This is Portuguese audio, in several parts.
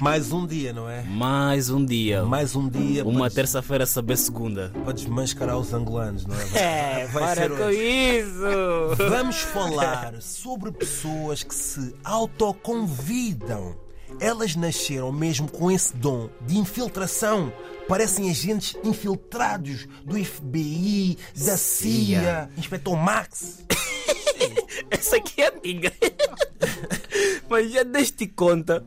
Mais um dia, não é? Mais um dia. Mais um dia. Uma podes, terça-feira saber segunda. podes mascarar os angolanos, não é? É, Vai para ser com hoje. isso! Vamos falar sobre pessoas que se autoconvidam. Elas nasceram mesmo com esse dom de infiltração. Parecem agentes infiltrados do FBI, da CIA, CIA. Inspetor Max. Essa aqui é amiga. Mas já deste conta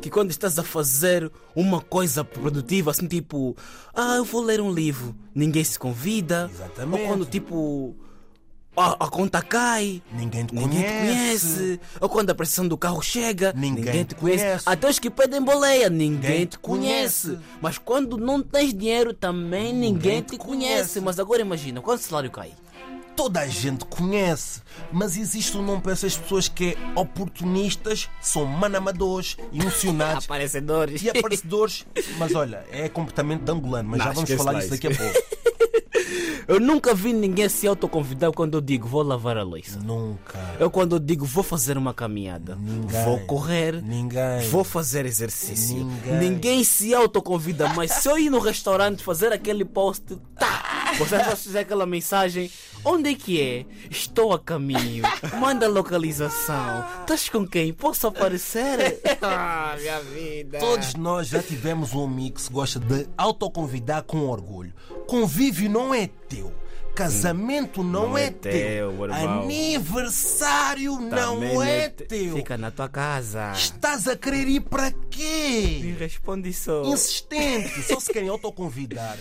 que quando estás a fazer uma coisa produtiva, assim tipo, ah, eu vou ler um livro, ninguém se convida. Exatamente. Ou quando tipo. A, a conta cai, Ninguém te ninguém te conhece. conhece. Ou quando a pressão do carro chega, Ninguém ninguém, te te conhece. conhece. Até os que pedem boleia, ninguém, Ninguém te te conhece. conhece. Mas quando não tens dinheiro, também ninguém, te te conhece. conhece. Mas agora imagina, quando o salário cai? Toda a gente conhece, mas existe um nome para essas pessoas que é oportunistas, são manamadores, emocionados Aparecedores. e aparecedores. Mas olha, é comportamento de angolano, mas Não, já vamos esquece falar lá disso isso. daqui a pouco. Eu nunca vi ninguém se autoconvidar quando eu digo vou lavar a louça. Nunca. Eu quando eu digo vou fazer uma caminhada, Ninguém. vou correr, Ninguém. vou fazer exercício. Ninguém. se autoconvida, mas se eu ir no restaurante fazer aquele post, tá, você vai fazer aquela mensagem, onde é que é? Estou a caminho, manda a localização, estás com quem? Posso aparecer? ah, minha vida. Todos nós já tivemos um amigo que se gosta de autoconvidar com orgulho. Convívio não é teu. Casamento não, Não é, é teu. teu, meu irmão. Aniversário não é teu. né? Fica na tua casa. Estás a querer ir para Me quê? responde só. Insistente. Só se querem autoconvidar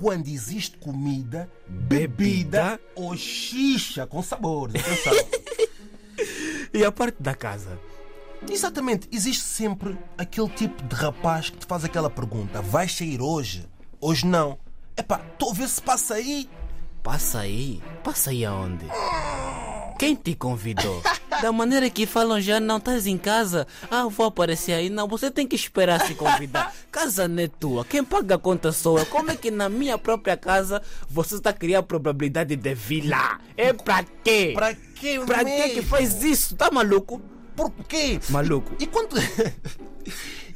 quando existe comida, bebida Bebida. ou xixa com sabores. Atenção. E a parte da casa? Exatamente, existe sempre aquele tipo de rapaz que te faz aquela pergunta: vais sair hoje? Hoje não. Epá, estou a ver se passa aí. Passa aí. Passa aí aonde? Quem te convidou? Da maneira que falam já não estás em casa. Ah, vou aparecer aí. Não, você tem que esperar se convidar. Casa não é tua. Quem paga a conta sou eu. Como é que na minha própria casa você está a criar a probabilidade de vir lá? É pra quê? Para quê, Pra quê que mesmo? faz isso? Tá maluco? Porquê? Maluco. E quando.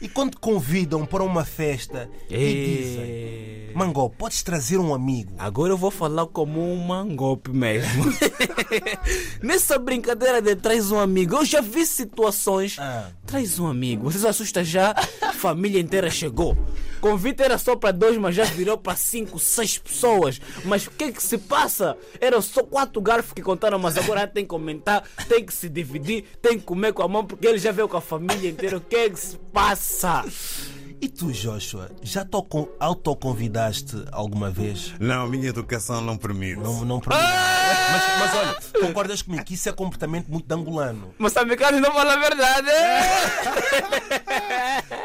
e quando te convidam para uma festa e dizem: Ei. Mangó, podes trazer um amigo? Agora eu vou falar como um mangope mesmo. Nessa brincadeira de traz um amigo, eu já vi situações. Ah. Traz um amigo, vocês assustam já, a família inteira chegou. Convite era só para dois, mas já virou para cinco, seis pessoas. Mas o que é que se passa? Eram só quatro garfos que contaram, mas agora tem que comentar, tem que se dividir, tem que comer com a mão, porque ele já veio com a família inteira. O que é que se passa? E tu, Joshua, já te auto- autoconvidaste alguma vez? Não, minha educação não permite. Não, não para mim, não. Ah! mas, mas olha, concordas comigo que isso é comportamento muito de angolano? Moçambicanos não falam a verdade.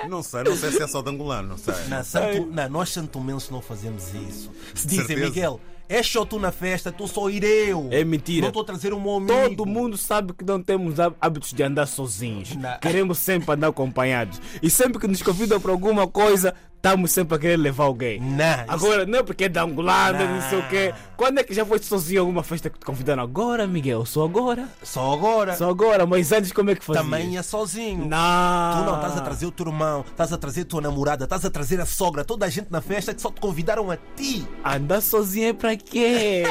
Não sei, não sei se é só de angolano, não sei. Não, santo, não, nós santomenses não fazemos isso. Se dizem, Certeza. Miguel, é só tu na festa, tu só ir eu. É mentira. Não estou a trazer um homem. Todo mundo sabe que não temos há- hábitos de andar sozinhos. Não. Queremos sempre andar acompanhados. E sempre que nos convidam para alguma coisa, estamos sempre a querer levar alguém. Não, isso- Agora, não é porque é de angolano, não. sei o quê. Não. Quando é que já foste sozinho a alguma festa que te convidaram? Agora, Miguel, só agora. Só agora. Só agora, mas antes como é que fazia? Também é sozinho. Não. Tu não estás a trazer o teu irmão, estás a trazer a tua namorada, estás a trazer a sogra, toda a gente na festa que só te convidaram a ti. Andar sozinho é para quê?